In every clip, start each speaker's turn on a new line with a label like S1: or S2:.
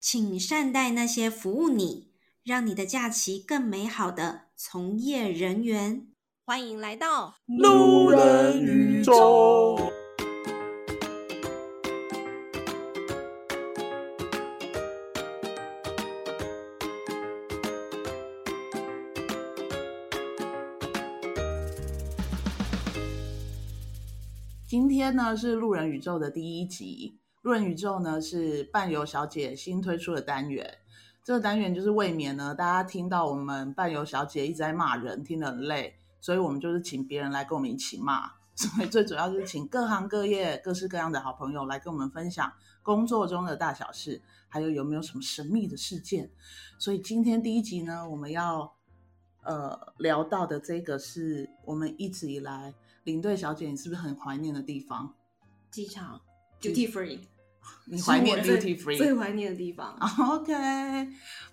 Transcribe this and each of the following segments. S1: 请善待那些服务你、让你的假期更美好的从业人员。欢迎来到
S2: 路人宇宙。今天呢是路人宇宙的第一集。路人宇宙呢是伴游小姐新推出的单元，这个单元就是未免呢大家听到我们伴游小姐一直在骂人，听得很累，所以我们就是请别人来跟我们一起骂。所以最主要就是请各行各业、各式各样的好朋友来跟我们分享工作中的大小事，还有有没有什么神秘的事件。所以今天第一集呢，我们要呃聊到的这个是我们一直以来领队小姐，你是不是很怀念的地方？
S3: 机场 duty free，哦
S2: 你怀念
S3: 是我
S2: duty
S3: 最最
S2: free？
S3: 怀念的地方。
S2: OK，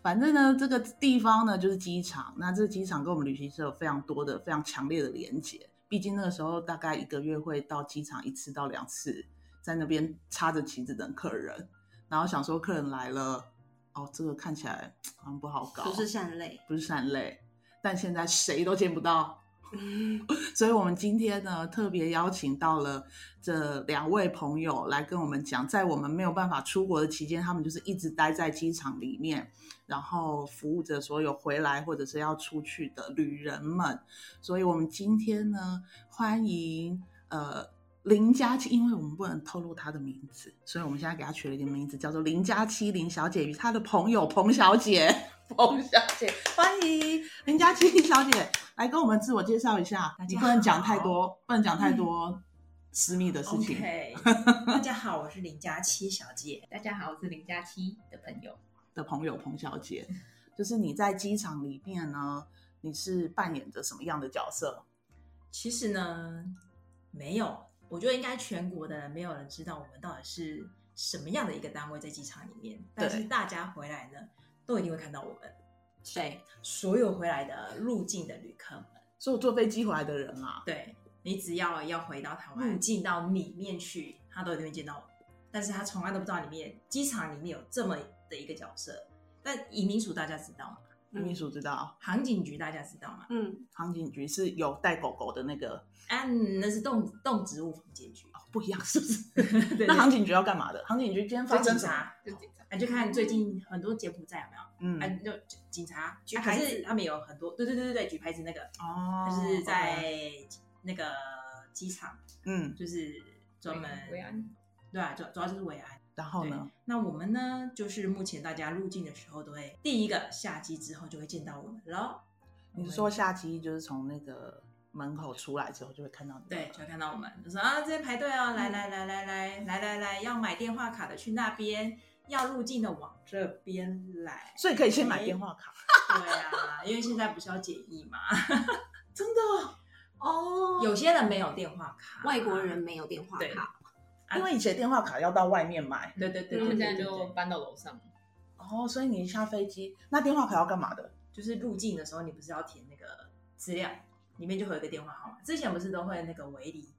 S2: 反正呢，这个地方呢就是机场。那这个机场跟我们旅行社有非常多的、非常强烈的连接。毕竟那个时候大概一个月会到机场一次到两次，在那边插着旗子等客人，然后想说客人来了，哦，这个看起来好像不好搞，
S3: 不是善类，
S2: 不是善类，但现在谁都见不到。
S3: 嗯
S2: 所以，我们今天呢，特别邀请到了这两位朋友来跟我们讲，在我们没有办法出国的期间，他们就是一直待在机场里面，然后服务着所有回来或者是要出去的旅人们。所以，我们今天呢，欢迎呃林佳琪，因为我们不能透露她的名字，所以我们现在给她取了一个名字，叫做林佳琪林小姐与她的朋友彭小姐。 彭小姐，欢迎林佳琪林小姐来跟我们自我介绍一下。
S3: 大家
S2: 你不能讲太多，不能讲太多私密的事情。
S4: 嗯 OK，大 家好，我是林佳七小姐。大家好，我是林佳七的朋友。
S2: 的朋友彭小姐，就是你在机场里面呢，你是扮演着什么样的角色？
S4: 其实呢，没有，我觉得应该全国的人没有人知道我们到底是什么样的一个单位在机场里面，但是大家回来呢，都一定会看到我们
S3: 谁？
S4: 所有回来的入境的旅客们。
S2: 所有坐飞机回来的人啊，
S4: 对你只要要回到台
S2: 嗯
S4: 湾，入境到里面去，他都一定会见到我们，但是他从来都不知道里面机场里面有这么的一个角色。但移民署大家知道吗？
S2: 秘秘书知道，
S4: 航警局大家知道吗？
S3: 嗯，
S2: 航警局是有带狗狗的那个，
S4: 啊，嗯那是动动植物防检局，
S2: 哦不一样是不是？
S4: 对
S2: 那航警局要干嘛的？航警局今天
S4: 就
S2: 发生
S4: 警
S2: 什么？
S4: 察，啊，就看最近很多柬埔寨有没有？
S2: 嗯，
S4: 啊，就就警察，
S3: 举
S4: 啊
S3: 牌
S4: 可
S3: 子
S4: 是他们有很多，对对对对对，举牌子那个，
S2: 哦，
S4: 就是在
S2: OK
S4: 那个机场，
S2: 嗯，
S4: 就是专门
S3: 维安，
S4: 对啊，主主要就是维安。
S2: 然后呢？
S4: 那我们呢，就是目前大家入境的时候，都会第一个下机之后就会见到我们了。
S2: 你是
S4: 我们
S2: 说下机就是从那个门口出来之后就会看到你？
S4: 对，就会看到我们，就说啊，这边排队哦，
S2: 嗯
S4: 来来来来来来来来，要买电话卡的去那边，要入境的往这边来。
S2: 所以可以先
S4: 哎
S2: 买电话卡。
S4: 对啊，因为现在不是要检疫嘛，
S2: 真的，
S3: 哦，
S4: 有些人没有电话卡，
S3: 外国人没有电话
S4: 对
S3: 卡，
S2: 因为以前电话卡要到外面买
S4: 对，对对对
S3: 他
S4: 对
S3: 们
S4: 对
S5: 现在
S4: 对
S5: 就搬到楼上，
S2: 哦，所以你一下飞机，那电话卡要干嘛的？
S4: 就是入境的时候，你不是要填那个资料，里面就会有一个电话号码。之前不是都会那个围篱，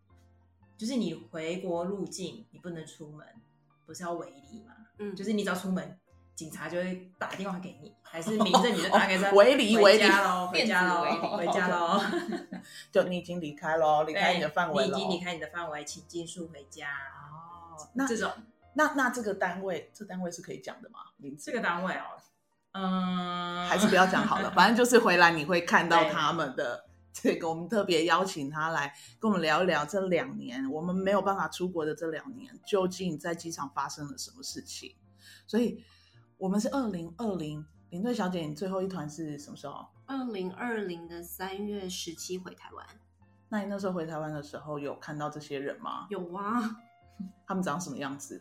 S4: 就是你回国入境，你不能出门，不是要围篱嘛？
S3: 嗯，
S4: 就是是你只要出门，警察就会打电话给你，还是民政局就打给他。
S2: 哦围篱围
S4: 回
S2: 篱
S4: 家喽，回家喽，回
S5: 电子围篱
S4: 家 喽。
S2: 就你已经离开喽，离开你的范围
S4: 哎你已
S2: 了。
S4: 经离开你的范围，请尽速回家。
S2: 哦，那
S4: 这种
S2: 那那这个单位，这单位是可以讲的吗？名字
S4: 这个单位哦，嗯，
S2: 还是不要讲好了，反正就是回来你会看到他们的。这个我们特别邀请他来跟我们聊一聊这两年我们没有办法出国的这两年，究竟在机场发生了什么事情？所以，我们是二零二零领队小姐，你最后一团是什么时候？
S3: 二零二零的三月十七回台湾，
S2: 那你那时候回台湾的时候有看到这些人吗？
S3: 有啊，
S2: 他们长什么样子？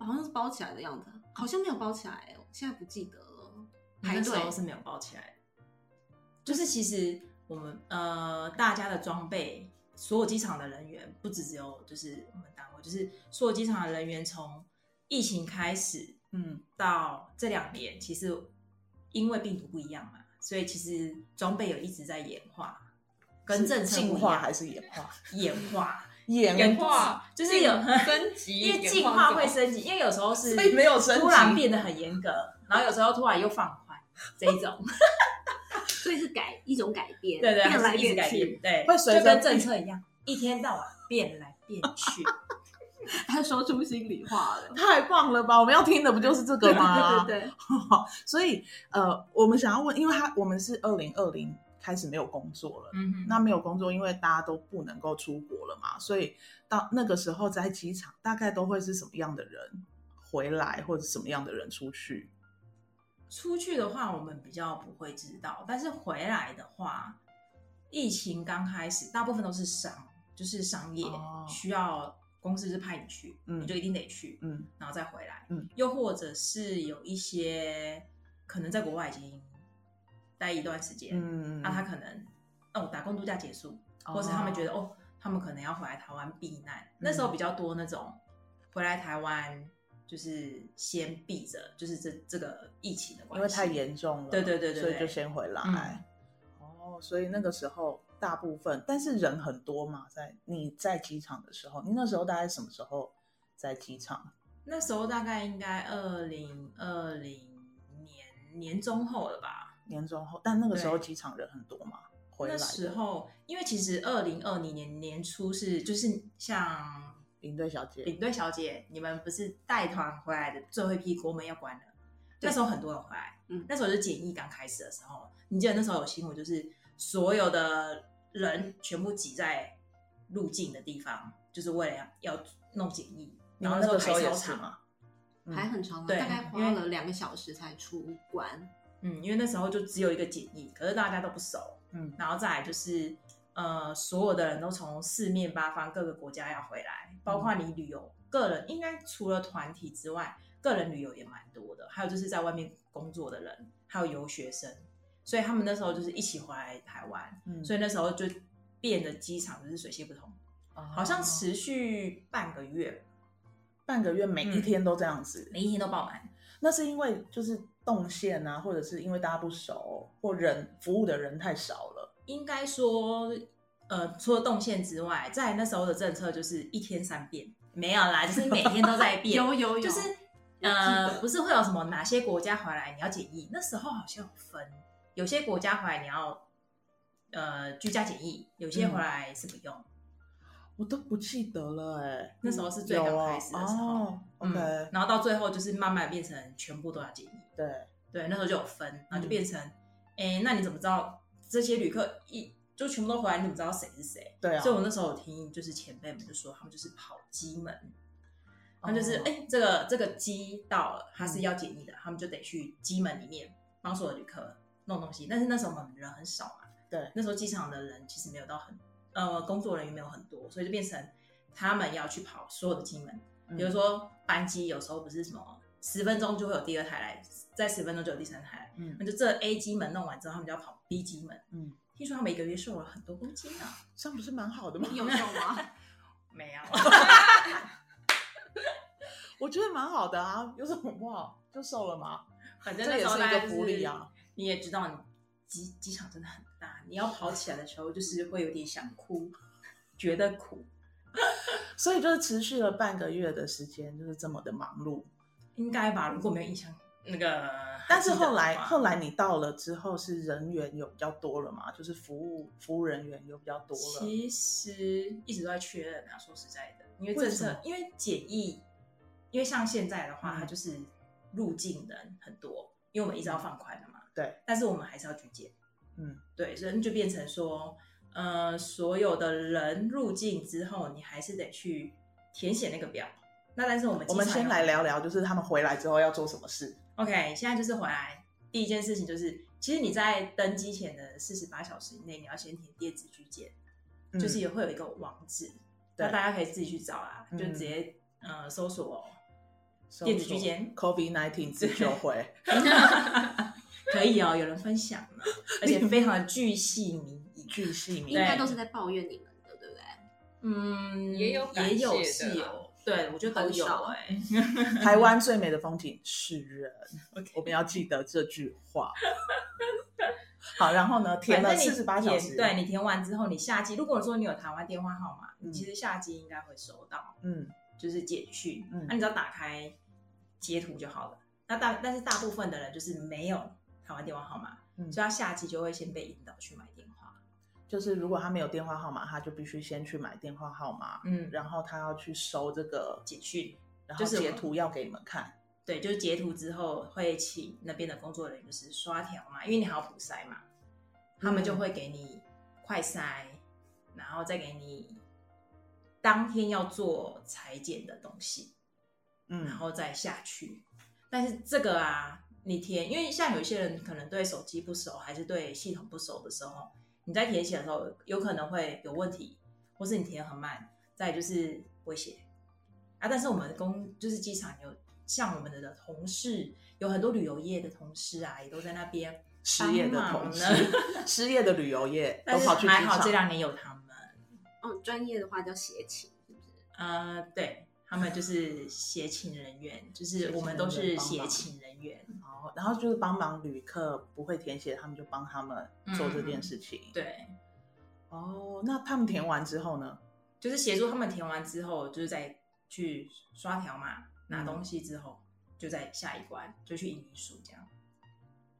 S3: 好像是包起来的样子，好像没有包起来，我现在不记得了。
S2: 嗯
S4: 排
S3: 排
S4: 队
S3: 队
S4: 是没有包起来，就是其实我们呃大家的装备，所有机场的人员不只只有就是我们单位，就是所有机场的人员从疫情开始
S2: 嗯，
S4: 到这两年，其实因为病毒不一样嘛，所以其实装备有一直在演化，跟政策
S2: 进
S4: 不一
S2: 化
S4: 样
S2: 还是演化？
S4: 演化。
S2: 演
S4: 演化就是
S3: 进
S4: 有
S3: 升级，
S4: 因为
S3: 演
S4: 进
S3: 化
S4: 化
S3: 稿
S4: 会升级，因为有时候是
S2: 所以没有升级
S4: 突然变得很严格，然后有时候突然又放宽这一种，
S3: 所以是改一种改变，
S4: 对对，
S3: 变
S4: 还
S3: 来
S4: 是一直
S3: 变
S4: 改
S3: 去。
S4: 变，对，
S2: 会随着
S4: 就跟政策一样，一天到晚变来变去。
S3: 他说出心里话了，
S2: 太棒了吧！我们要听的不就是这个吗？
S3: 对对对，
S2: 所以呃，我们想要问，因为他我们是二零二零开始没有工作了，
S4: 嗯哼，
S2: 那没有工作，因为大家都不能够出国了嘛，所以到那个时候在机场大概都会是什么样的人回来，或者什么样的人出去？
S4: 出去的话，我们比较不会知道，但是回来的话，疫情刚开始，大部分都是商，就是商业、
S2: 哦
S4: 需要公司是派你去，
S2: 嗯
S4: 你就一定得去，
S2: 嗯
S4: 然后再回来，
S2: 嗯，
S4: 又或者是有一些可能在国外已经待一段时间，
S2: 嗯，
S4: 那、他可能那我打工度假结束，
S2: 哦
S4: 或者啊他们觉得哦，他们可能要回来台湾避难，那
S2: 嗯
S4: 时候比较多那种回来台湾就是先避着，就是这这个疫情的关
S2: 因
S4: 系，
S2: 为太严重了，
S4: 对对对对
S2: 所以
S4: 对嗯
S2: 就先回来。哦，所以那个时候大部分，但是人很多嘛，在你在机场的时候，你那时候大概什么时候在机场？
S4: 那时候大概应该二零二零年年中后了吧？
S2: 年中后，但那个时候
S4: 对
S2: 机场人很多嘛，回来
S4: 那
S2: 的
S4: 时候，因为其实二零二零年年初是就是像
S2: 领队小姐，
S4: 领队小姐，你们不是带团回来的最后一批国门要关了，
S3: 对
S4: 那时候很多人回来，
S3: 嗯
S4: 那时候就是检疫刚开始的时候，你记得那时候有新闻，就是所有的人全部挤在入境的地方，就是为了要要弄检疫，
S2: 你
S4: 然后
S2: 们
S4: 那
S2: 那
S4: 时候
S2: 个时候
S4: 排
S2: 也
S4: 操
S2: 是
S4: 场，
S2: 吗？嗯
S3: 排很长啊，
S4: 对
S3: 大概
S4: 因
S3: 花
S4: 为
S3: 了两个小时才出关。
S4: 嗯，因为那时候就只有一个检疫，可是大家都不熟，
S2: 嗯，
S4: 然后再来就是呃，所有的人都从四面八方各个国家要回来，包括你旅游，个人应该除了团体之外，个人旅游也蛮多的，还有就是在外面工作的人，还有留学生，所以他们那时候就是一起回来台湾，
S2: 嗯
S4: 所以那时候就变得机场就是水泄不通，好像持续半个月，
S2: 半个月每一
S4: 嗯
S2: 天都这样子。
S4: 每一天都爆满。
S2: 那是因为就是动线啊，或者是因为大家不熟，或人服务的人太少了。
S4: 应该说，呃，除了动线之外，在那时候的政策就是一天三变，没有啦，就是每天都在 变，
S3: 有有有，
S4: 就是呃，不是会有什么哪些国家回来你要检疫？那时候好像有分，有些国家回来你要呃居家检疫，有些回来是不用。
S2: 我都不记得了哎、
S4: 那时候是最刚开始的时候
S2: 有哦哦、
S4: 嗯
S2: OK，、
S4: 然后到最后就是慢慢变成全部都要检疫。
S2: 对，
S4: 对，那时候就有分，然后就变成，哎、那你怎么知道这些旅客一就全部都回来？你怎么知道谁是谁？
S2: 对啊
S4: 所以我那时候有听，就是前辈们就说，他们就是跑机门，他们就是
S2: 哦嗯
S4: 哎、诶这个这个机到了，它是要检疫的，他们就得去机门里面帮所有旅客弄东西。但是那时候我们人很少嘛，
S2: 对，
S4: 那时候机场的人其实没有到很，呃，工作人员没有很多，所以就变成他们要去跑所有的机门，
S2: 嗯
S4: 比如说班机有时候不是什么十分钟就会有第二台来，在十分钟就有第三台来，
S2: 嗯
S4: 那就这 A 机门弄完之后，他们就要跑 B 机门。
S2: 嗯，
S4: 听说他们一个月瘦了很多公斤呢、
S2: 这样不是蛮好的吗？
S3: 你有用吗？
S4: 没 有，
S2: 我觉得蛮好的啊，有什么不好？就瘦了嘛，
S4: 反正
S2: 这
S4: 那
S2: 也
S4: 时候
S2: 是一
S4: 大概
S2: 个
S4: 就是
S2: 福利啊。
S4: 你也知道，你机机场真的很大，你要跑起来的时候，就是会有点想哭，觉得苦。
S2: 所以就是持续了半个月的时间，就是这么的忙碌。
S4: 应该吧，如果没有印象那个，
S2: 但是后来，后
S4: 来
S2: 来你到了之后，是人员有比较多了嘛？就是服务服务人员有比较多了。
S4: 其实一直都在确认啊。说实在的，因为
S2: 为
S4: 政
S2: 什么
S4: 策，因为检疫，因为像现在的话，
S2: 嗯嗯
S4: 它就是入境人很多，因为我们一直要放宽的嘛。
S2: 对，
S4: 但是我们还是要军检。
S2: 嗯，
S4: 对，所以就变成说，呃，所有的人入境之后，你还是得去填写那个表。那但是我们
S2: 我们
S4: 机场
S2: 先
S4: 有
S2: 来聊聊，就是他们回来之后要做什么事。
S4: OK，现在就是回来第一件事情就是，其实你在登机前的四十八小时以内，你要先填电子居检，
S2: 嗯
S4: 就是也会有一个网址，
S2: 对
S4: 那大家可以自己去找啦，
S2: 嗯
S4: 就直接呃搜索
S2: 搜
S4: 电子
S2: 索
S4: 居间
S2: COVID nineteen 自救会，
S4: 可以哦，有人分享呢，而且非常的巨细靡遗。
S2: 巨细靡
S4: 对
S3: 应该都是在抱怨你们的，对不对？
S4: 嗯，
S3: 也有感
S4: 也有
S3: 谢的
S4: 是
S3: 啦
S4: 有，对我觉得都
S3: 很
S4: 有
S3: 少
S4: 哎、
S2: 台湾最美的风景是人
S4: 嗯 OK，
S2: 我们要记得这句话。好，然后呢，填了
S4: 反正
S2: 四
S4: 你
S2: 十八小时，
S4: 填对你填完之后，你下机如果说你有台湾电话号码，你其实下机应该会收到，
S2: 嗯，
S4: 就是简讯。那、
S2: 嗯
S4: 你只要打开截图就好了。那大但是大部分的人就是没有台湾电话号码，
S2: 嗯
S4: 所以他下机就会先被引导去买电话。
S2: 就是如果他没有电话号码，他就必须先去买电话号码，
S4: 嗯，
S2: 然后他要去收这个
S4: 简讯，
S2: 然后
S4: 就是
S2: 截图要给你们看，
S4: 对，就是截图之后会请那边的工作人员就是刷条嘛，因为你还要普筛嘛，他们就会给你快筛，然后再给你当天要做裁剪的东西，
S2: 嗯，
S4: 然后再下去。但是这个啊，你填，因为像有一些人可能对手机不熟，还是对系统不熟的时候，你在填写的时候有可能会有问题，或是你填得很慢，再来就是不会写啊。但是我们公就是机场有像我们的同事，有很多旅游业的同事啊，也都在那边
S2: 失业的同
S4: 帮忙
S2: 事
S4: 呢，
S2: 失业的旅游业都
S4: 但是
S2: 跑去机
S4: 还好这
S2: 场，
S4: 两年有他们，
S3: 哦，专业的话叫协勤，是不是？
S4: 呃，对他们就是协勤人员，就是我们都是协勤人员，
S2: 哦然后就是帮忙旅客不会填写，他们就帮他们做这件事情。
S4: 嗯对，
S2: 哦，那他们填完之后呢？
S4: 就是协助他们填完之后，就是再去刷条码拿东西之后，就在下一关就去移民署这样，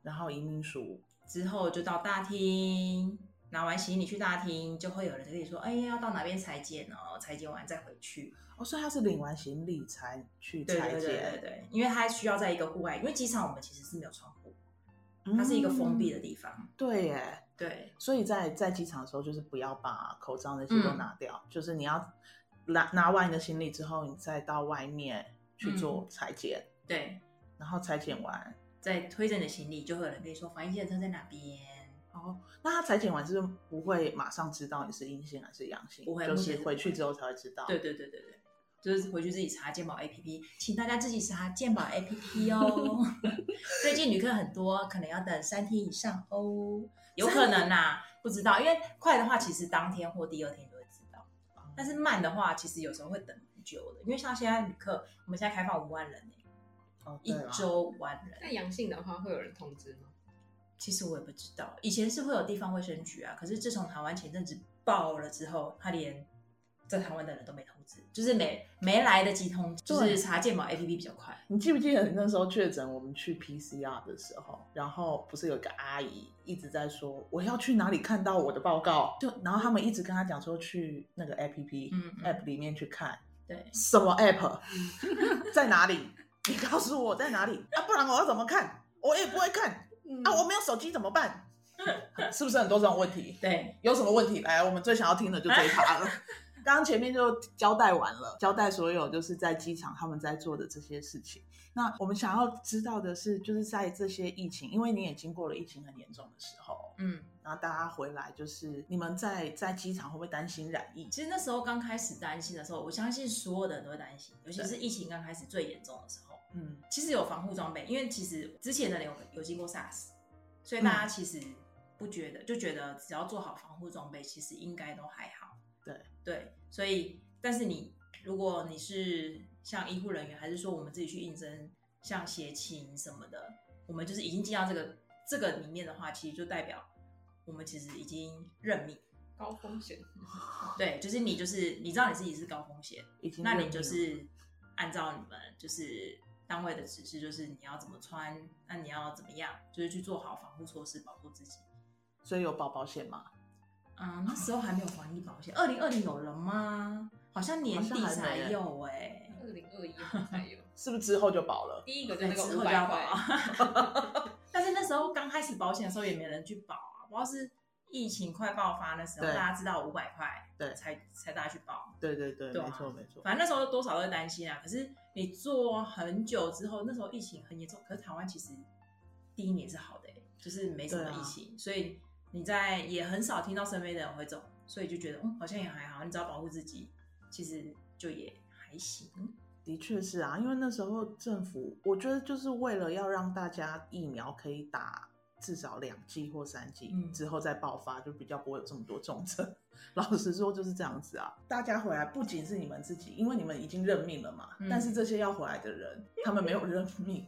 S2: 然后移民署，
S4: 之后就到大厅。拿完行李去大厅，就会有人跟你说：“哎、要到哪边裁剪哦，裁剪完再回去。”
S2: 哦，所以他是领完行李才去
S4: 对
S2: 裁
S4: 对对对
S2: 剪，
S4: 对，因为它需要在一个户外，因为机场我们其实是没有窗户，
S2: 嗯
S4: 它是一个封闭。的地方。
S2: 对耶，
S4: 对
S2: 所以在在机场的时候，就是不要把口罩那些都
S4: 嗯
S2: 拿掉，就是你要拿拿完你的行李之后，你再到外面
S4: 嗯
S2: 去做裁剪，
S4: 对，
S2: 然后裁剪完，
S4: 在推着你的行李，就会有人跟你说防疫检测在哪边。
S2: 哦，那他裁剪完是不是不会马上知道你是阴性还是阳性，
S4: 不会
S2: 就
S4: 目前
S2: 是
S4: 是不
S2: 回去
S4: 会
S2: 之后才会知道。
S4: 对，对对对对，就是回去自己查健保 APP，请大家自己查健保 APP 哦。 最近旅客很多，可能要等三天以上哦，有可能啦、不知道，因为快的话其实当天或第二天就会知道，但是慢的话其实有时候会等很久的，因为像现在旅客，我们现在开放五万人、欸
S2: 哦，
S4: 一
S2: 对啦
S4: 周五万人，
S3: 那阳性的话会有人通知吗？
S4: 其实我也不知道，以前是会有地方卫生局啊，可是自从台湾前阵子爆了之后，他连在台湾的人都没通知，就是没没来得及通知，就
S2: 对
S4: 是查健保 APP 比较快。
S2: 你记不记得你那时候确诊，我们去 PCR 的时候，然后不是有一个阿姨一直在说我要去哪里看到我的报告？就然后他们一直跟她讲说去那个 APP、
S4: 嗯嗯
S2: app 里面去看
S4: 对，
S2: 什么 app 在哪里？你告诉我在哪里啊？不然我要怎么看？我也不会看
S3: 嗯
S2: 啊！我没有手机怎么办？ 是不是很多这种问题？
S4: 对，
S2: 有什么问题？来，我们最想要听的就这一趴 了。刚刚前面就交代完了，交代所有就是在机场他们在做的这些事情。那我们想要知道的是，就是在这些疫情，因为你也经过了疫情很严重的时候，
S4: 嗯，
S2: 然后大家回来，就是你们在在机场会不会担心染疫？
S4: 其实那时候刚开始担心的时候，我相信所有的人都会担心，尤其是疫情刚开始最严重的时候。
S2: 嗯，
S4: 其实有防护装备，因为其实之前的人有有经过 SARS，所以大家其实不觉得，就觉得只要做好防护装备，其实应该都还好。
S2: 对
S4: 对，所以但是你如果你是像医护人员，还是说我们自己去应征，像协勤什么的，我们就是已经进到这个这个里面的话，其实就代表我们其实已经认命。
S3: 高风险，
S4: 对，就是你就是你知道你自己是高风险，
S2: 已经
S4: 那
S2: 认
S4: 你
S2: 命
S4: 就
S2: 了
S4: 是按照你们就是单位的指示，就是你要怎么穿，那你要怎么样，就是去做好防护措施，保护自己。
S2: 所以有保保险吗？
S4: 嗯，那时候还没有防疫保险，二零二零有了吗？好像年
S2: 好像
S4: 底
S2: 还没
S4: 才
S2: 耶
S4: 有哎、
S3: 二零二一才有，
S2: 是不是之后就保了？
S3: 第一个就
S4: 对，
S3: 那
S4: 之
S3: 个五
S4: 后就
S3: 百
S4: 要
S3: 块，
S4: 保。但是那时候刚开始保险的时候也没人去保啊，不知道是疫情快爆发的时候，
S2: 对
S4: 大家知道五百块，
S2: 对
S4: 才才大家去保。
S2: 对对对，
S4: 对啊
S2: 没错没错。
S4: 反正那时候多少都会担心啊。可是你做很久之后，那时候疫情很严重，可是台湾其实第一年是好的、欸，就是没什么
S2: 对啊
S4: 疫情，所以你在也很少听到身边的人会中，所以就觉得嗯好像也还好，你只要保护自己，其实就也还行。
S2: 的确是啊，因为那时候政府，我觉得就是为了要让大家疫苗可以打至少两剂或三剂，
S4: 嗯
S2: 之后再爆发，就比较不会有这么多重症。 老实说就是这样子啊，大家回来不仅是你们自己，因为你们已经认命了嘛，
S4: 嗯
S2: 但是这些要回来的人，他们没有认命，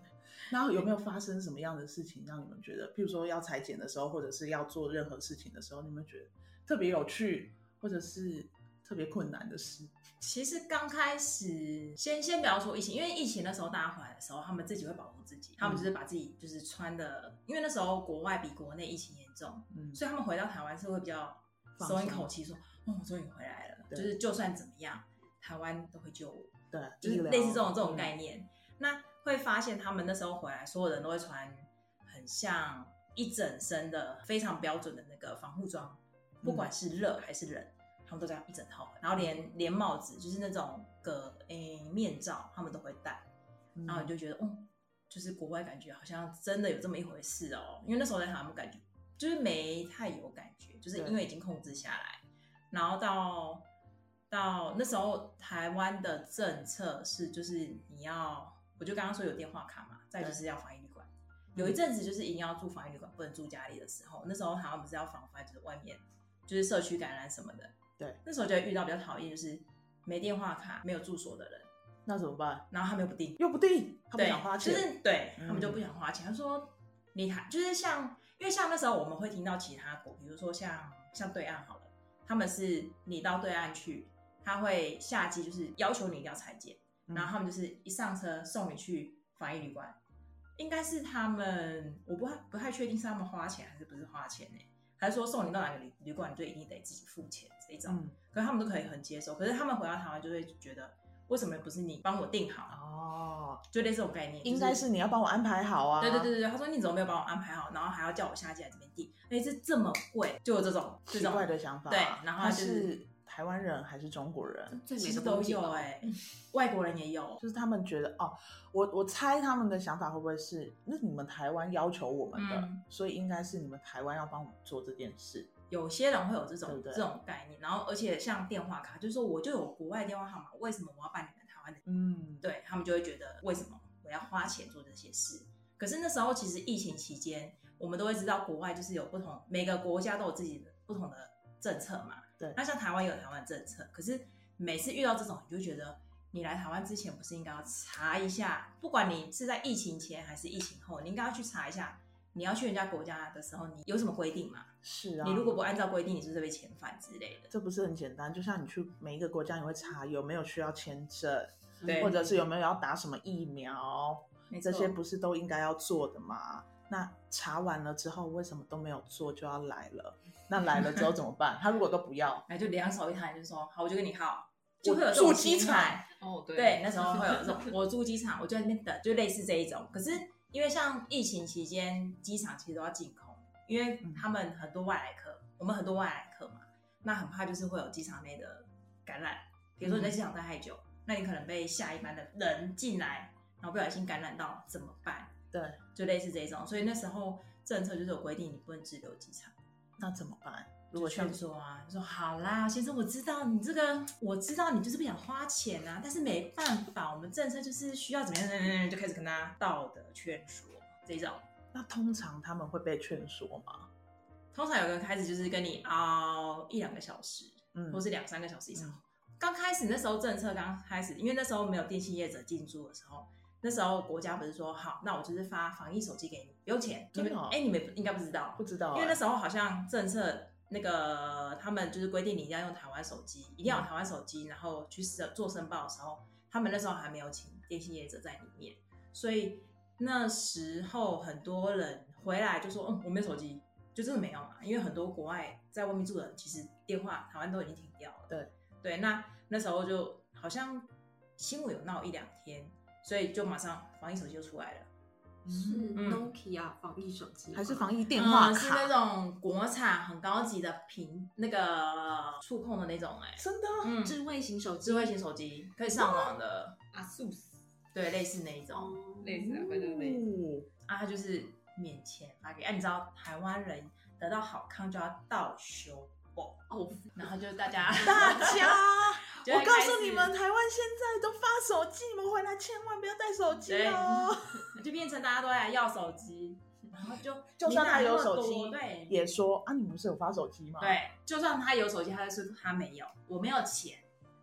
S2: 然后有没有发生什么样的事情让你们觉得，譬如说要裁剪的时候，或者是要做任何事情的时候，你们觉得特别有趣，或者是特别困难的事？
S4: 其实刚开始，先先不要说疫情，因为疫情那时候大家回来的时候，他们自己会保护自己，他
S2: 嗯
S4: 们就是把自己就是穿的，因为那时候国外比国内疫情严重，
S2: 嗯，
S4: 所以他们回到台湾是会比较
S2: 放
S4: 松一
S2: 松
S4: 口气，说：“哦，我终于回来了。”就
S2: 对
S4: 是就算怎么样，台湾都会救我，
S2: 对，啊
S4: 就是
S2: 医疗
S4: 类似这种这
S2: 嗯
S4: 种概念。那会发现他们那时候回来，所有人都会穿很像一整身的非常标准的那个防护装，不管是热还是冷，他们都这样一整套，然后连连帽子就是那种个诶、面罩，他们都会戴。
S2: 嗯
S4: 然后你就觉得，哦，就是国外感觉好像真的有这么一回事哦。因为那时候在台湾感觉就是没太有感觉，就是因为已经控制下来，然后到到那时候台湾的政策是，就是你要，我就刚刚说有电话卡嘛，再就是要防疫旅馆。有一阵子就是一定要住防疫旅馆，不能住家里的时候，那时候台湾不是要防范，就是外面就是社区感染什么的。
S2: 对，
S4: 那时候就会遇到比较讨厌，就是没电话卡、没有住所的人，
S2: 那怎么办？
S4: 然后他们又不订。
S2: 又不定，他不
S4: 对，
S2: 想花钱，
S4: 就是对他们就
S2: 嗯
S4: 不想花钱。他说你还就是像，因为像那时候我们会听到其他国，比如说像像对岸好了，他们是你到对岸去，他会下机就是要求你一定要裁剪，
S2: 嗯
S4: 然后他们就是一上车送你去防疫旅馆。应该是他们，我不太不太确定是他们花钱还是不是花钱呢、欸还是说送你到哪个旅旅馆，你就一定得自己付钱这一种？
S2: 嗯
S4: 可是他们都可以很接受，可是他们回到台湾就会觉得，为什么不是你帮我订好？
S2: 哦，
S4: 就类似这种概念，
S2: 应该
S4: 就是
S2: 你要帮我安排好啊，
S4: 对对对对，他说你怎么没有帮我安排好，然后还要叫我下季来这边订，哎，这这么贵，就有这种这
S2: 奇
S4: 种
S2: 怪的想法。
S4: 对然后
S2: 他
S4: 就是
S2: 是台湾人还是中国人？
S3: 最
S4: 其
S3: 美
S4: 实
S3: 的
S4: 都
S3: 风景
S2: 啊
S4: 有
S3: 吧
S4: 哎、外国人也有，
S2: 就是他们觉得哦，我我猜他们的想法会不会是，那你们台湾要求我们的，
S4: 嗯
S2: 所以应该是你们台湾要帮我们做这件事。
S4: 有些人会有这种
S2: 对对
S4: 这种概念，然后而且像电话卡，就是说我就有国外电话号码，为什么我要办你们台湾的？
S2: 嗯，
S4: 对他们就会觉得为什么我要花钱做这些事？可是那时候其实疫情期间，我们都会知道国外就是有不同，每个国家都有自己的不同的政策嘛。
S2: 对
S4: 那像台湾有台湾的政策，可是每次遇到这种，你就会觉得你来台湾之前不是应该要查一下，不管你是在疫情前还是疫情后，你应该要去查一下。你要去人家国家的时候，你有什么规定嘛？
S2: 是啊。
S4: 你如果不按照规定，你是不是被遣返之类的？
S2: 这不是很简单，就像你去每一个国家，你会查有没有需要签证，
S4: 对
S2: 或者是有没有要打什么疫苗，
S4: 没错
S2: 这些不是都应该要做的吗？那查完了之后，为什么都没有做就要来了？那来了之后怎么办？他如果都不 要，
S4: 然后就两手一摊，就说好，我就跟你耗，就
S2: 我
S4: 会有这
S2: 住
S4: 种
S2: 机
S4: 心
S2: 场
S4: 态
S3: 哦，对
S4: 对，那时候会有这种，我住机场，我就在那边等，就类似这一种。可是因为像疫情期间，机场其实都要净空，因为他们很多外来客，我们很多外来客嘛，那很怕就是会有机场内的感染。比如说你在机场待太久，那你可能被下一班的人进来，然后不小心感染到怎么办？
S2: 对，
S4: 就类似这一种。所以那时候政策就是有规定，你不能滞留机场。
S2: 那怎么办？如
S4: 就
S2: 果
S4: 劝
S2: 像
S4: 说啊，说好啦，先生，我知道你这个，我知道你就是不想花钱啊，但是没办法，我们政策就是需要怎么样，怎么样怎么样，就开始跟他道德劝说这种。
S2: 那通常他们会被劝说吗？
S4: 通常有个人开始就是跟你熬一两个小时，
S2: 嗯
S4: 或，是两三个小时以上
S2: 嗯。
S4: 刚开始那时候政策刚开始，因为那时候没有电信业者进驻的时候，那时候国家不是说好，那我就是发防疫手机给你，不用钱。你们
S2: 真的哦
S4: 哎、你们应该不知道
S2: 不，知道、
S4: 因为
S2: 欸，
S4: 那时候好像政策那个他们就是规定你一定要用台湾手机，一定要有台湾手机，然后去申做申报的时候，他们那时候还没有请电信业者在里面，所以那时候很多人回来就说：“嗯，我没有手机。”就真的没有嘛，因为很多国外在外面住的人，其实电话台湾都已经停掉了。
S2: 对
S4: 对，那那时候就好像新闻有闹一两天，所以就马上防疫手机就出来了。
S3: 是
S2: 嗯，
S4: 嗯
S3: Nokia 防疫手机吗，
S2: 哎还是防疫电话
S4: 嗯是
S2: 卡？
S4: 那种国产很高级的屏，那个触控的那种、哎，
S2: 真 的？
S4: 嗯，
S3: 智慧型手机，
S4: 智慧型手机可以上网的，
S3: ASUS
S4: 对，类似那一种、
S3: 类似
S2: 哦
S3: 反正类似。
S4: 啊，它就是免钱发给，哎、你知道台湾人得到好康就要倒修哦，
S3: 哦，
S4: 然后就大家，
S2: 大哦家
S4: 就会
S2: 我告
S4: 开
S2: 诉
S4: 始
S2: 你们，台湾现在都发手机，你们回来千万不要带手机
S4: 对
S2: 哦。，
S4: 就变成大家都来要手机，然后就
S2: 就算他有手
S4: 你
S2: 机
S4: 哪那么多对，
S2: 也说啊，你们不是有发手机吗？，
S4: 对，就算他有手机，他就说他没有，我没有钱，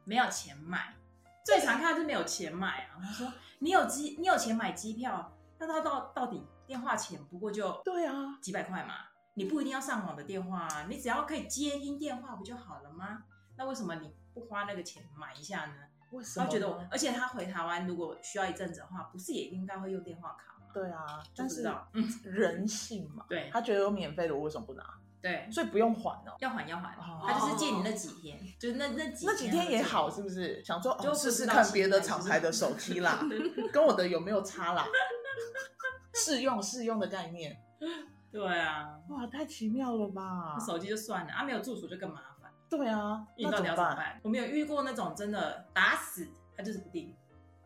S4: 没有钱买。最常看到就是没有钱买啊，他说你有机，你有钱买机票，那到到到底电话钱不过就
S2: 对啊，
S4: 几百块嘛，你不一定要上网的电话啊，你只要可以接听电话不就好了吗？那为什么你不花那个钱买一下呢？
S2: 为什么
S4: 他
S2: 呢？
S4: 觉得我，而且他回台湾如果需要一阵子的话，不是也应该会用电话卡吗？
S2: 对啊，
S4: 就
S2: 但
S4: 不知
S2: 是
S4: 道嗯
S2: 人性嘛，
S4: 对
S2: 他觉得有免费的，我为什么不拿？
S4: 对，
S2: 所以不用还哦。
S4: 要还要还，
S2: 哦
S4: 他就是借你那几天，就是那那几
S2: 那几天也好，是
S4: 是
S2: 不是？想说
S4: 就
S2: 哦，
S4: 不
S2: 试
S4: 知
S2: 试
S4: 道
S2: 看
S4: 现
S2: 别的
S4: 在
S2: 厂
S4: 是
S2: 牌的手机 啦， 跟我的有没有差啦？试用试用的概念，
S4: 对啊，
S2: 哇，太奇妙了吧
S4: 那？手机就算了，啊没有住所就更麻烦，
S2: 对啊，
S4: 你
S2: 那
S4: 到
S2: 怎
S4: 底
S2: 么
S4: 要怎么
S2: 办？
S4: 办？我们有遇过那种真的打死他就是不定，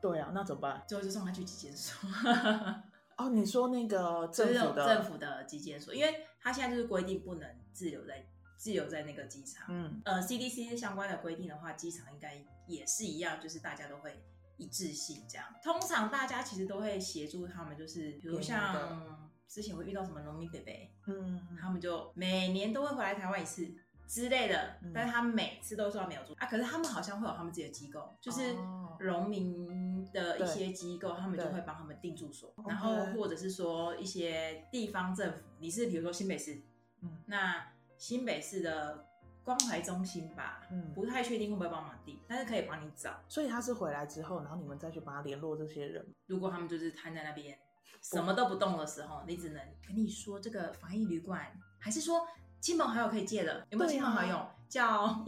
S2: 对啊，那怎么办？
S4: 最后就送他去集检所。
S2: 哦，你说那个
S4: 就
S2: 政
S4: 是
S2: 府的
S4: 政府的集检所，因为他现在就是规定不能滞留在滞留在那个机场。
S2: 嗯，
S4: 呃，CDC 相关的规定的话，机场应该也是一样，就是大家都会一致性这样。通常大家其实都会协助他们，就是比如
S2: 有的
S4: 像之前会遇到什么农民伯伯，
S2: 嗯，
S4: 他们就每年都会回来台湾一次。之类的
S2: 嗯，
S4: 但是他们每次都说他没有住啊，可是他们好像会有他们自己的机构，就是
S2: 哦
S4: 农民的一
S2: 对
S4: 些机构，他们就
S2: 对哦
S4: 会帮他们定住所，然后或者是说一些地方政府，你是比如说新北市，
S2: 嗯
S4: 那新北市的关怀中心吧，
S2: 嗯
S4: 不太确定会不会帮忙定，但是可以帮你找。
S2: 所以他是回来之后，然后你们再去帮他联络这些人。
S4: 如果他们就是瘫在那
S2: 哦
S4: 边什么都不动的时候，你只能跟你说这个防疫旅馆，还是说亲朋好友可以借的，有没有
S2: 对啊
S4: 亲朋好友？叫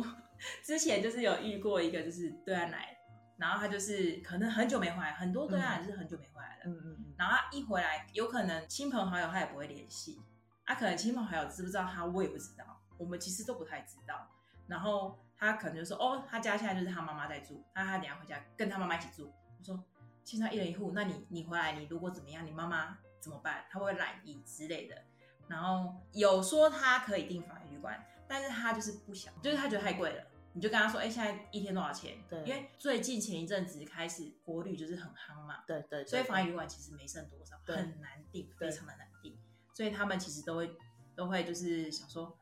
S4: 之前就是有遇过一个就是对岸来，然后他就是可能很久没回来，很多对岸人就是很久没回来了，
S2: 嗯嗯嗯，
S4: 然后他一回来，有可能亲朋好友他也不会联系，啊，可能亲朋好友知不知道他，我也不知道，我们其实都不太知道。然后他可能就说，哦，他家现在就是他妈妈在住，那他等一下回家跟他妈妈一起住。我说，现在一人一户，那你你回来，你如果怎么样，你妈妈怎么办？他会染疫之类的。然后有说他可以订防疫旅馆，但是他就是不想，就是他觉得太贵了。你就跟他说，哎、现在一天多少钱？
S2: 对
S4: 因为最近前一阵子开始国旅就是很夯嘛，
S2: 对对对，
S4: 所以防疫
S2: 疫
S4: 旅馆其实没剩多少，
S2: 对
S4: 很难定，
S2: 对
S4: 非常的难定。所以他们其实都会都会就是想说，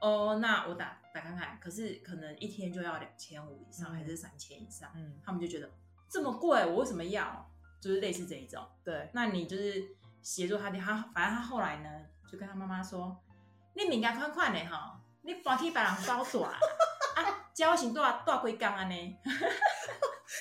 S4: 哦，那我打打看看，可是可能一天就要两千五以
S2: 嗯
S4: 上，还是三千以上，
S2: 嗯，
S4: 他们就觉得这么贵，我为什么要？就是类似这一种。
S2: 对，
S4: 那你就是协助他，他反正他后来呢，就跟他妈妈说，你敏感款款的哈，你搬去把人包住啊， 啊，交行多少多少几工安呢？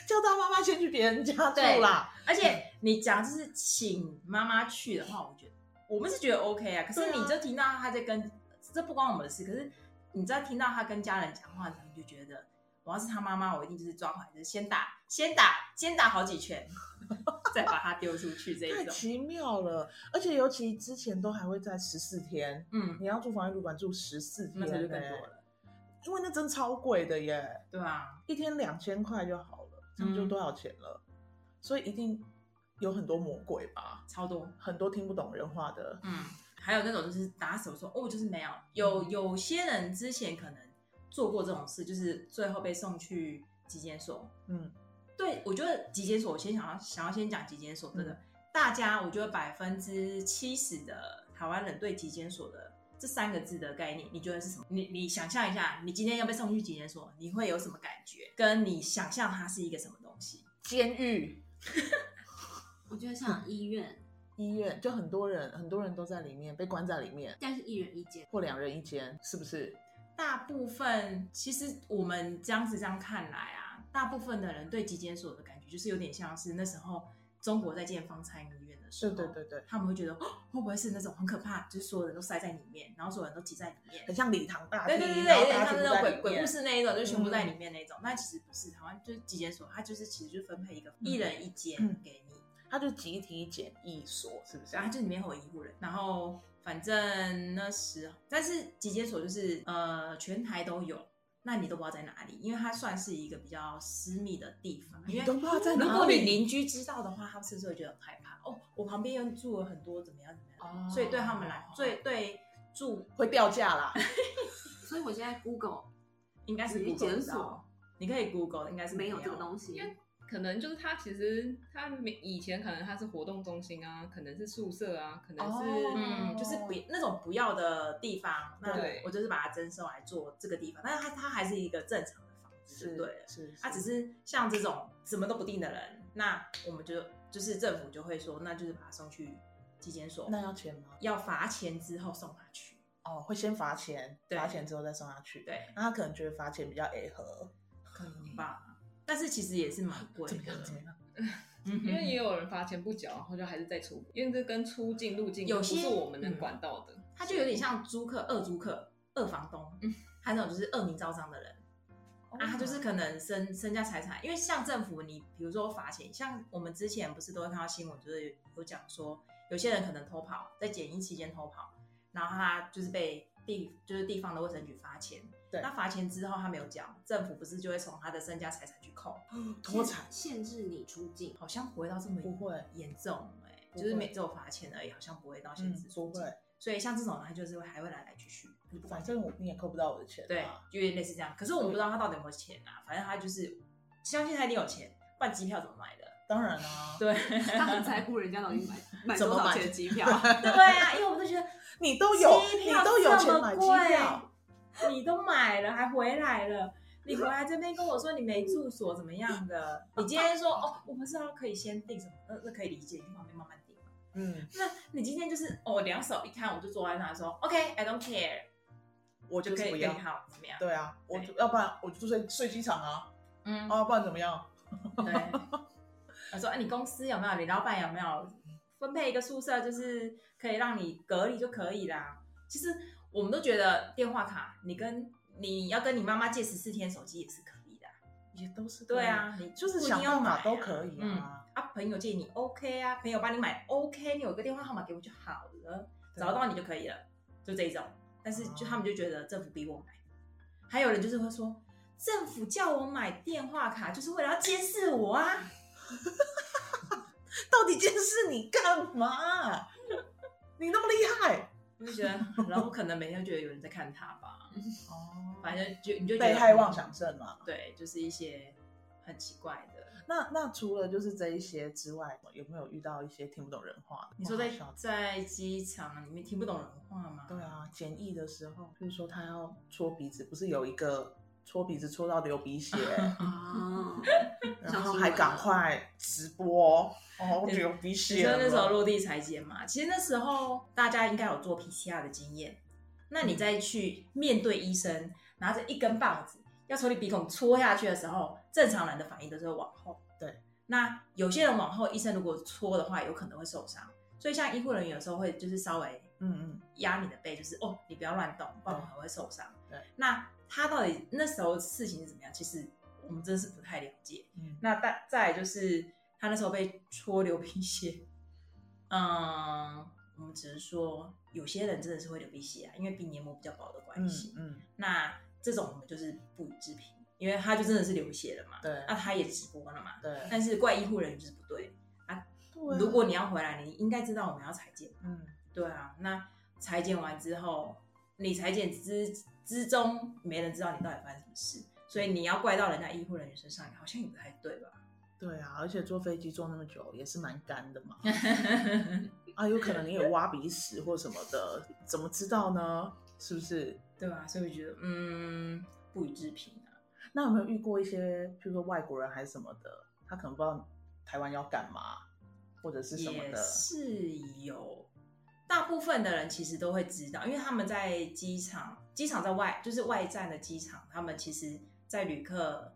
S2: 叫他妈妈先去别人家住
S4: 对
S2: 啦。
S4: 而且你讲就是请妈妈去的话，我觉得我们是觉得 OK 啊。可
S2: 对
S4: 是
S2: 啊
S4: 你就听到他在跟，这不关我们的事。可是你知道听到他跟家人讲话的时候，你就觉得我要是他妈妈，我一定就是抓回来，就是先打，先打，先打好几拳，再把他丢出去这一
S2: 太
S4: 种。
S2: 奇妙了，而且尤其之前都还会在十四天，
S4: 嗯，
S2: 你要住防疫旅馆住十四天、
S4: 那时候就更多
S2: 欸
S4: 了。
S2: 因为那真超贵的耶，
S4: 对啊，
S2: 一天两千块就好了，这样就
S4: 嗯
S2: 多少钱了？所以一定有很多魔鬼吧，
S4: 超多。
S2: 很多听不懂人话的，
S4: 嗯，还有那种就是打手说哦，就是没有。有有些人之前可能做过这种事，就是最后被送去集检所。
S2: 嗯，
S4: 对，我觉得集检所，我先想要想要先讲集检所这个，
S2: 嗯
S4: 大家我觉得百分之七十的台湾人对集检所的这三个字的概念，你觉得是什么？你你想象一下，你今天要被送去集检所，你会有什么感觉？跟你想象它是一个什么东西？
S2: 监狱、
S3: 我觉得像医院，
S2: 医院，就很多人，很多人都在里面被关在里面，
S3: 但是一人一间，
S2: 或两人一间，是不是？
S4: 大部分其实我们这样子这样看来啊，大部分的人对集检所的感觉就是有点像是那时候中国在建方舱医院的时
S2: 对
S4: 候，
S2: 对对对，
S4: 他们会觉得哦会不会是那种很可怕，就是所有人都塞在里面，然后所有人都挤在里面
S2: 很。像礼堂大厅，
S4: 对对对
S2: 然
S4: 对，
S2: 后
S4: 有点
S2: 大家
S4: 像
S2: 全
S4: 那
S2: 部
S4: 种
S2: 在
S4: 鬼
S2: 里
S4: 鬼故
S2: 面嗯
S4: 事那一种，就全部在里面那一种。但其实不是，台湾就是集检所，它就是其实就分配一个一人一间
S2: 嗯
S4: 给你，
S2: 它就集体检疫所，是不是啊
S4: 然？啊后它就里面会有医护人。然后反正那时候，但是集检所就是呃全台都有，那你都不知道在哪里，因为它算是一个比较私密的地方，因
S2: 你
S4: 为
S2: 都不知道在哪里
S4: 如果你邻居知道的话，他们是不是会觉得很害怕？哦，我旁边又住了很多怎么样怎么样？
S2: 哦
S4: 所以对他们来，最对住
S2: 会掉价啦。
S3: 所以我现在 Google
S4: 应该是
S3: 集
S4: Google
S3: 检
S4: 知道
S3: 所
S4: 你可以 Google，应该是
S3: 没
S4: 有
S3: 有这个东西
S5: 因，为可能就是他其实他没以前可能他是活动中心啊，可能是宿舍啊，可能是、
S2: 哦
S4: 嗯，就是不那种不要的地方，那
S5: 对
S4: 我就是把它征收来做这个地方，但是它它还是一个正常的房子，对了。啊
S2: 是，
S4: 它只是像这种什么都不定的人，那我们就就是政府就会说，那就是把他送去纪检所，
S2: 那要钱吗？
S4: 要罚钱之后送他去。
S2: 哦，会先罚钱，
S4: 对
S2: 罚钱之后再送他去。
S4: 对，
S2: 那他可能觉得罚钱比较 A 合，嗯
S4: 可能吧，但是其实也是蛮贵
S2: 怎么
S4: 的
S2: 样？，怎么样？
S4: 嗯哼
S5: 因为也有人罚钱不缴，然后就还是再出，因为这跟出境入境
S4: 有
S5: 不
S4: 些
S5: 是我们能管到的。
S4: 他就有点像租客、二租客、二房东，
S5: 嗯
S4: 还有那种就是恶名昭彰的人。啊，他就是可能身身家财产，因为像政府你，比如说罚钱，像我们之前不是都会看到新闻，就是有讲说有些人可能偷跑，在检疫期间偷跑，然后他就是被地就是地方的卫生局罚钱，
S2: 对
S4: 那罚钱之后他没有缴，政府不是就会从他的身家财产去扣？
S2: 脱产
S3: 限制你出 境，
S4: 好像不会到这么
S2: 不会
S4: 严重哎、
S2: 不会
S4: 就是每周罚钱而已，好像不会到限制
S2: 嗯
S4: 出境
S2: 不会
S4: 所以像这种人，他就是会还会来来去去，就不管
S2: 反正我你也扣不到我的钱、啊。
S4: 对，就有点类似这样。可是我们不知道他到底有没有钱啊，反正他就是相信他一定有钱，不然机票怎么买的？
S2: 当然啊啦、
S4: 对
S3: 他很在乎人家到底买买
S2: 怎
S3: 多
S2: 么买
S3: 少钱的机 票。
S4: 对啊，因为我们就觉得
S2: 你都有，你都有钱买机票，
S4: 票，你都买了还回来了。你回来这边跟我说你没住所怎么样的？你今天说哦，我不知道可以先订什么，那那可以理解，你去旁边慢慢订。
S2: 嗯，
S4: 那你今天就是哦，两手一摊，我就坐在那说，OK，I、don't care，
S2: 我
S4: 我就
S2: 就
S4: 可
S2: 是
S4: 以
S2: 不
S4: 跟
S2: 要
S4: 你。好怎么样？嗯
S2: 对啊，我
S4: 对
S2: 就要不然我就睡睡机场啊，
S4: 嗯，
S2: 啊，不然怎么样？
S4: 对，他说：“哎、你公司有没有？你老板有没有分配一个宿舍，就是可以让你隔离就可以啦？”其实我们都觉得电话卡，你跟你要跟你妈妈借十四天手机也是可以的啊。
S2: 也都是
S4: 对，啊，你
S2: 就是
S4: 不一
S2: 想
S4: 定要
S2: 办
S4: 买
S2: 法
S4: 啊
S2: 都可以
S4: 嗯
S2: 啊。
S4: 啊，朋友借你 OK 啊，朋友帮你买 OK，你有个电话号码给我就好了，
S2: 对
S4: 找到你就可以了，就这一种。但
S2: 哦
S4: 是就他们就觉得政府逼我买，还有人就是会说，政府叫我买电话卡就是为了要监视我啊。嗯
S2: 到底监视你干嘛？啊 你那么厉害
S4: 我就觉得，然后可能每天就觉得有人在看他吧，
S2: 哦
S4: 反正就你就觉得
S2: 被害妄想，症嘛。
S4: 对，就是一些很奇怪的。
S2: 那那除了就是这一些之外，有没有遇到一些听不懂人话的？
S4: 你说在
S2: 哇好笑
S4: 在机场里面听不懂人话吗？
S2: 对，啊，检疫的时候，譬如说他要搓鼻子，不是有一个搓鼻子搓到流鼻 血，
S3: 啊，
S2: 然后还赶快直播哦，
S4: 对
S2: 流鼻
S4: 你
S2: 血
S4: 说
S2: 了。
S4: 那时候落地裁剪嘛，其实那时候大家应该有做 PCR 的经验，那
S2: 嗯
S4: 你再去面对医生，拿着一根棒子要从你鼻孔戳下去的时候，正常人的反应都是会往后。
S2: 对，
S4: 那有些人往后，医生如果戳的话，有可能会受伤，所以像医护人员有时候会就是稍微
S2: 嗯
S4: 压你的背，就是哦，你不要乱动，不然很会受伤。
S2: 对，
S4: 那他到底那时候事情是怎么样？其实我们真的是不太了解。
S2: 嗯嗯，
S4: 那大再来就是他那时候被戳流鼻血，嗯，我们只是说有些人真的是会流鼻血啊，因为鼻黏膜比较薄的关
S2: 嗯
S4: 系。
S2: 嗯，
S4: 那这种我们就是不予置评，因为他就真的是流血了嘛，
S2: 对
S4: 那他也直播了嘛，
S2: 对。啊
S4: 但是怪医护人员就是不对。
S2: 对啊
S4: 如果你要回来，你应该知道我们要裁剪。
S2: 嗯
S4: 对啊，那裁剪完之后，你裁剪之之中，没人知道你到底发生什么事，所以你要怪到人家医护人员身上，好像也不太对吧？
S2: 对啊，而且坐飞机坐那么久也是蛮干的嘛。 啊，有可能你有挖鼻屎或什么的，怎么知道呢？是不是？
S4: 对吧？所以我觉得，嗯，不予置评啊。
S2: 那有没有遇过一些，譬如说外国人还是什么的，他可能不知道台湾要干嘛，或者是什么
S4: 也
S2: 的？
S4: 是有，大部分的人其实都会知道，因为他们在机场，机场在外就是外站的机场，他们其实在旅客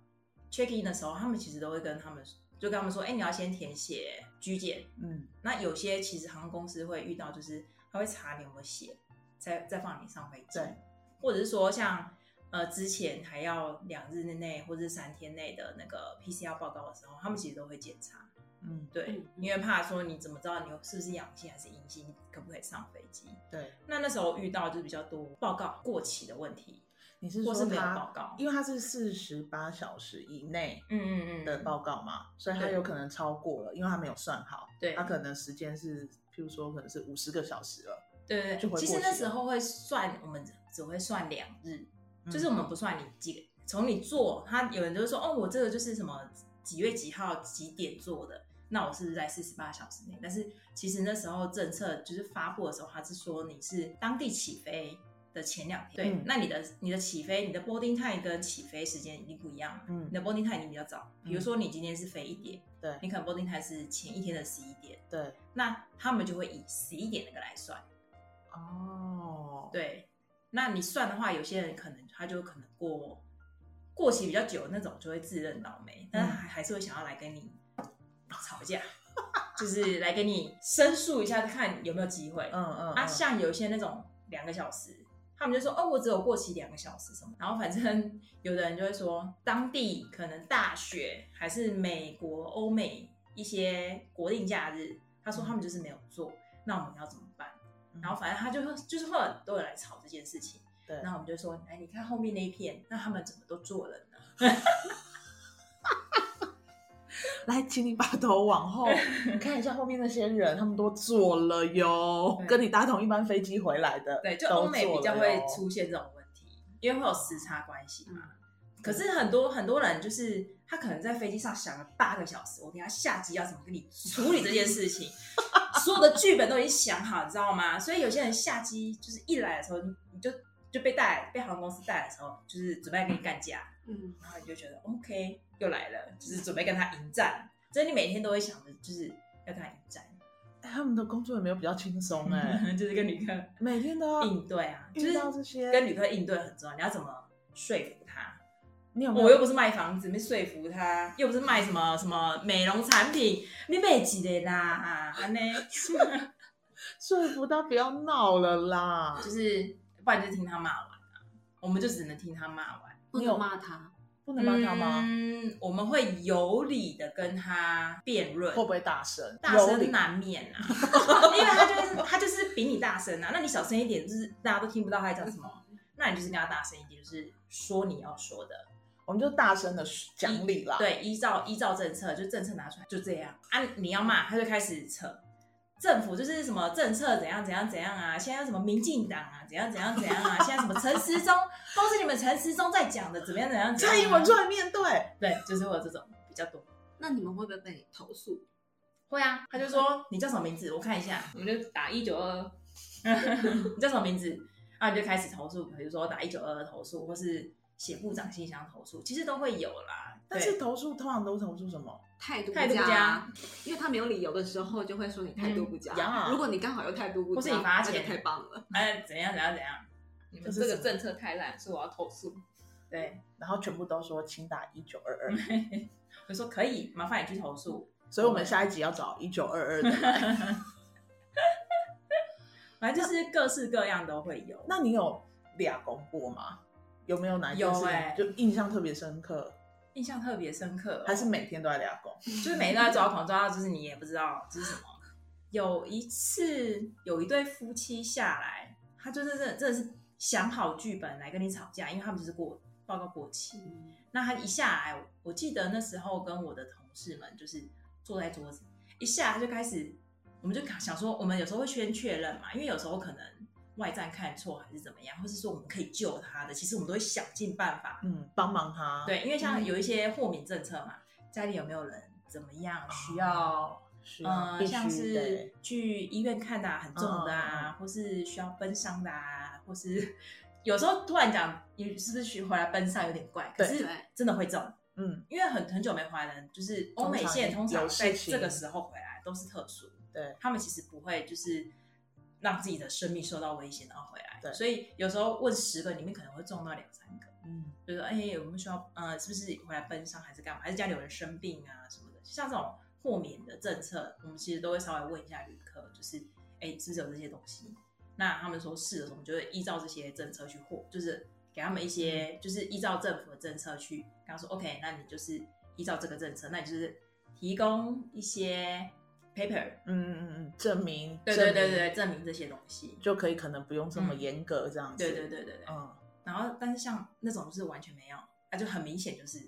S4: check in 的时候，他们其实都会跟他们就跟他们说，哎、你要先填写居检。
S2: 嗯，
S4: 那有些其实航空公司会遇到，就是他会查你有没有血，再再放你上飞机
S2: 对，
S4: 或者是说像呃之前还要两日内或者三天内的那个 PCR 报告的时候，他们其实都会检查，
S2: 嗯，
S4: 对，
S3: 嗯嗯
S4: 因为怕说你怎么知道你有是不是阳性还是阴性，你可不可以上飞机？
S2: 对，
S4: 那那时候遇到就是比较多报告过期的问题，
S2: 你是
S4: 或
S2: 说
S4: 是没有
S2: 他
S4: 报，告，
S2: 因为他是四十八小时以内
S4: 嗯嗯嗯
S2: 的报告嘛，所以他
S4: 对
S2: 有可能超过了，因为他没有算好，
S4: 对
S2: 他可能时间是，譬如说可能是五十个小时了，
S4: 对对
S2: 就
S4: 对，
S2: 会过
S4: 其实
S2: 期
S4: 那
S2: 了
S4: 时候会算，我们只会算两日，就是
S2: 嗯
S4: 我们不算你几个，从你做，他有人就会说，哦，我这个就是什么几月几号几点做的，那我是不是在四十八小时内？但是其实那时候政策就是发布的时候，他是说你是当地起飞，的前两天，对，
S2: 嗯
S4: 那你的你的起飞，你的 boarding time 跟起飞时间一定不一样嘛，
S2: 嗯
S4: 你的 boarding time 一定比较早，比如说你今天是飞一点，
S2: 对
S4: 你可能 boarding time 是前一天的十一点，
S2: 对，
S4: 那他们就会以十一点那个来算，
S2: 哦，
S4: 对，那你算的话，有些人可能他就可能过过期比较久的那种，就会自认倒霉，但是还还是会想要来跟你吵架， 就是来跟你申诉一下，看有没有机会。
S2: 嗯嗯
S4: 啊，
S2: 嗯
S4: 像有一些那种两个小时，他们就说哦，我只有过期两个小时什么，然后反正有的人就会说当地可能大学还是美国、欧美一些国定假日，他说他们就是没有做，那我们要怎么办？
S2: 嗯
S4: 然后反正他就就是会有很多人来吵这件事情，
S2: 对
S4: 那我们就说，哎，你看后面那一片，那他们怎么都做了呢？
S2: 来，请你把头往 后看一下后面那些人，他们都坐了哟，
S4: 对
S2: 跟你搭同一班飞机回来的，
S4: 对，就
S2: 都
S4: 欧美
S2: 坐
S4: 比较
S2: 了
S4: 会
S2: 哟
S4: 出现这种问题，因为会有时差关系嘛。
S2: 嗯
S4: 可是很多很多人就是他可能在飞机上想了八个小时，我等一下下机要怎么跟你处理这件事 情，所有的剧本都已经想好，你知道吗？所以有些人下机就是一来的时候，你你就就被带来被航空公司带来的时候，就是准备要跟你干架，
S3: 嗯，
S4: 然后你就觉得 OK 又来了，就是准备跟他迎战，所以你每天都会想着就是要跟他迎战，
S2: 哎他们的工作有没有比较轻松哎，
S4: 就是跟旅客
S2: 每天都要
S4: 应对啊，就
S2: 嗯
S4: 是
S2: 遇到这些，
S4: 跟旅客应对很重要，你要怎么说服他？
S2: 你有没有？
S4: 我又不是卖房子，没说服他，又不是卖什么什么美容产品，你卖几的啦？啊，安呢，
S2: 说服他不要闹了啦。
S4: 就是不然就听他骂完啊，我们就只能听他骂完。
S3: 不
S2: 你有
S3: 能骂他，
S2: 不能骂他吗？
S4: 嗯，我们会有理的跟他辩论
S2: 会，不会大声？
S4: 大
S2: 有理
S4: 声难 免啊，因为他就是他就是比你大声啊，那你小声一点，就是大家都听不到他在讲什么，那你就是跟他大声一点，就是说你要说的。
S2: 我们就大声的讲理啦。，
S4: 对，依照依照政策，就政策拿出来就这样啊，你要骂他就开始扯。政府就是什么政策怎样怎样怎样啊，现在有什么民进党啊，怎样怎样怎样啊，现在什么陈时中都是你们陈时中在讲的，怎么样怎样怎样、
S2: 蔡英文出，来面对，
S4: 对，就是会有这种比较多。
S3: 那你们会不会被投诉？
S4: 会啊，他就说你叫什么名字，我看一下，
S5: 我们就打一九二，
S4: 你叫什么名字，然后你就开始投诉，比如说打一九二二投诉，或是写部长信箱投诉，其实都会有啦。
S2: 但
S4: 对
S2: 是投诉通常都投诉什么？
S3: 态度
S4: 态度不佳，
S3: 因为他没有理由的时候，就会说你态度不佳。
S2: 嗯呀
S3: 如果你刚好又态度不
S4: 或
S3: 佳，
S4: 是你罚
S3: 那就
S4: 钱
S3: 太棒了。
S4: 哎，怎样怎样怎样，
S5: 你
S2: 这
S5: 们
S2: 是
S5: 这
S2: 什
S5: 个
S2: 么
S5: 政策太烂，所以我要投诉。
S4: 对，
S2: 然后全部都说请打一九二
S4: 嗯
S2: 二。
S4: 我说可以，麻烦你去投诉。
S2: 所以我们下一集要找一九二二 的来。
S4: 反正就是各式各样都会有。
S2: 那你有俩公过吗？有没有哪一件
S4: 有
S2: 事情
S4: 欸
S2: 就印象特别深刻？
S4: 印象特别深刻哦、
S2: 还是每天都在俩公？
S4: 就是每天都在抓狂，抓到就是你也不知道这是什么。有一次有一对夫妻下来，他就是真的真的是想好剧本来跟你吵架，因为他们就是过报告过期。
S2: 嗯
S4: 那他一下来，我我记得那时候跟我的同事们就是坐在桌子，一下来就开始，我们就想说，我们有时候会先确认嘛，因为有时候可能外站看错还是怎么样，或是说我们可以救他的，其实我们都会想尽办法
S2: 嗯，帮忙他。，
S4: 对，因为像
S2: 嗯
S4: 有一些豁免政策嘛，家里有没有人怎么样需要，
S2: 需要
S4: 呃，
S2: 哦啊必
S4: 像
S2: 须
S4: 是
S2: 得。嗯
S4: 去医院看的、啊、很重的啊，或是需要奔丧的啊，或是有时候突然讲你是不是去回来奔丧有点怪，可
S2: 对
S4: 是
S3: 对
S4: 真的会中，
S2: 嗯，
S4: 因为很很久没回来的人，就是欧美
S2: 通常
S4: 线通常
S2: 有
S4: 在
S2: 事情
S4: 这个时候回来都是特殊，
S2: 对，
S4: 他们其实不会就是让自己的生命受到危险然后回
S2: 对
S4: 来，所以有时候问十个里面可能会中到两三个。
S2: 嗯，
S4: 就是哎、我们需要呃，是不是回来奔丧还是干嘛？还是家里有人生病啊什么的？像这种豁免的政策，我们其实都会稍微问一下旅客，就是哎、是不是有这些东西？那他们说是的时候，我们就会依照这些政策去豁，就是给他们一
S2: 嗯
S4: 些，就是依照政府的政策去跟他说，OK，那你就是依照这个政策，那你就是提供一些 paper，
S2: 嗯嗯嗯，证明，
S4: 对对对
S2: 证明
S4: 对，对，证明这些东西。
S2: 就可以可能不用这么
S4: 嗯
S2: 严格这样子。
S4: 对对对对对，
S2: 嗯，
S4: 然后但是像那种就是完全没有，那就很明显就是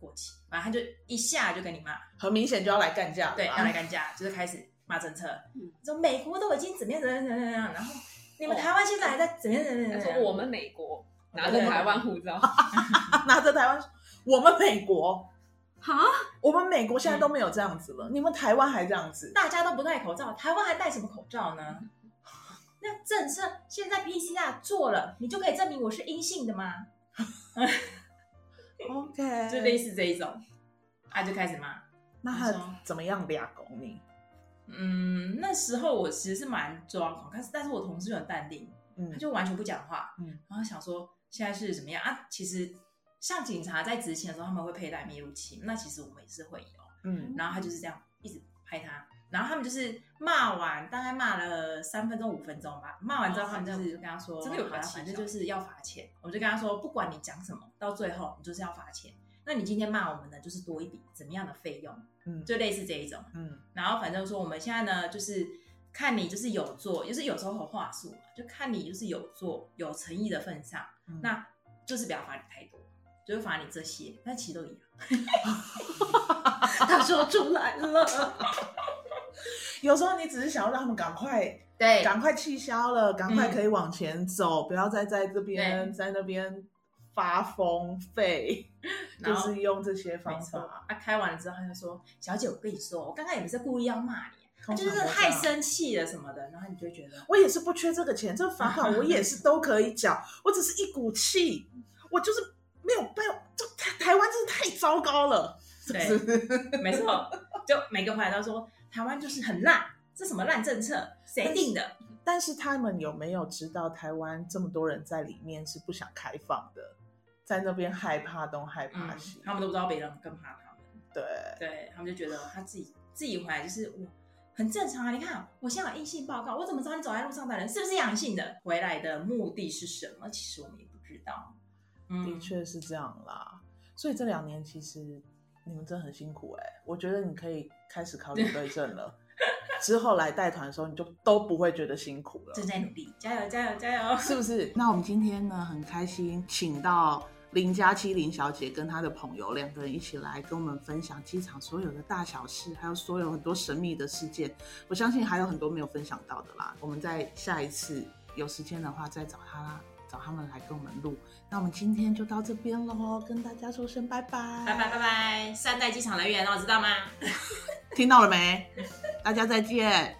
S4: 过期，反正他就一下就跟你骂，
S2: 很明显就要来干架了。
S4: 对，要来干架，就是开始骂政策
S3: 嗯，
S4: 说美国都已经怎么样怎么样怎么样怎么样，然后你们台湾现在还在怎么样怎么
S5: 哦他
S4: 样怎
S5: 说
S4: 么样，
S5: 我们美国拿着
S4: 对
S5: 台湾护 照，
S2: 啊， 拿着台湾，我们美国，
S3: 哈，
S2: 我们美国现
S4: 嗯
S2: 在都没有这样子了，你们台湾还这样子，
S5: 嗯
S4: 大家都不戴口罩，台湾还戴什么口罩呢？那政策现在 PCR 做了，你就可以证明我是阴性的吗？
S6: OK，
S4: 就类似这一种，啊，就开始骂。
S6: 那
S4: 你说
S6: 他怎么样俩拱你？
S4: 嗯，那时候我其实是蛮抓狂，但是但是我同事就很淡定，他
S6: 嗯，
S4: 就完全不讲话，
S6: 嗯
S4: 然后想说现在是怎么样啊？其实像警察在执勤的时候，他们会佩戴密录器，那其实我们也是会有，
S6: 嗯，
S4: 然后他就是这样一直拍他，然后他们就是骂完，大概骂了三分钟五分钟吧，骂完之后
S3: 哦
S4: 他们就
S3: 反正
S4: 是跟他说，
S3: 真的有
S4: 好了，
S3: 罚
S4: 反
S3: 钱
S4: 正就是要罚钱，我就跟他说，不管你讲什么，到最后你就是要罚钱。那你今天骂我们呢，就是多一笔怎么样的费用，
S6: 嗯
S4: 就类似这一种。
S6: 嗯
S4: 然后反正说我们现在呢，就是看你就是有做，就是有时候有话术嘛，就看你就是有做有诚意的份上，
S6: 嗯
S4: 那就是不要罚你太多，就是罚你这些，但其实都一样。
S3: 他说出来了，
S6: 有时候你只是想要让他们赶快
S4: 对嗯
S6: 赶快气消了，赶快可以往前走，不要再在这边
S4: 对
S6: 在那边发疯废，就
S4: 然后
S6: 是用这些
S4: 没
S6: 方
S4: 错
S6: 法。
S4: 啊，开完了之后他就说：“小姐，我跟你说，我刚刚也不是故意要骂你，他
S6: 通常
S4: 就是
S6: 都这
S4: 太
S6: 样。
S4: 生气了什么的。”然后你就觉得
S6: 我也是不缺这个钱，这罚款我也是都可以 缴，我只是一股气，我就是没有办法，这台台湾真的太糟糕了，是不
S4: 对，
S6: 是？
S4: 没错，就每个回来都说台湾就是很烂，这什么烂政策，谁定的？
S6: 但是他们有没有知道台湾这么多人在里面是不想开放的，在那边害怕东害
S4: 嗯
S6: 怕西？，
S4: 他们都不知道别人更怕他们。
S6: 对，
S4: 对他们就觉得他自己自己回来就是我很正常啊。你看我现在有阴性报告，我怎么知道你走在路上的人是不是阳性的？回来的目的是什么？其实我们也不知道。嗯，
S6: 的确是这样啦。所以这两年其实你们真的很辛苦哎、我觉得你可以开始 考虑对症了。之后来带团的时候，你就都不会觉得辛苦了，
S4: 正在努力，加油加油加 油！
S6: 是不是？
S2: 那我们今天呢，很开心，请到林佳琪林小姐跟她的朋友两个人一起来跟我们分享机场所有的大小事，还有所有很多神秘的事件。我相信还有很多没有分享到的啦。我们在下一次有时间的话，再找她啦，找他们来跟我们录。那我们今天就到这边喽，跟大家说声拜拜，
S4: 拜拜拜拜，善待机场人员哦，知道吗？
S2: 听到了没？大家再见。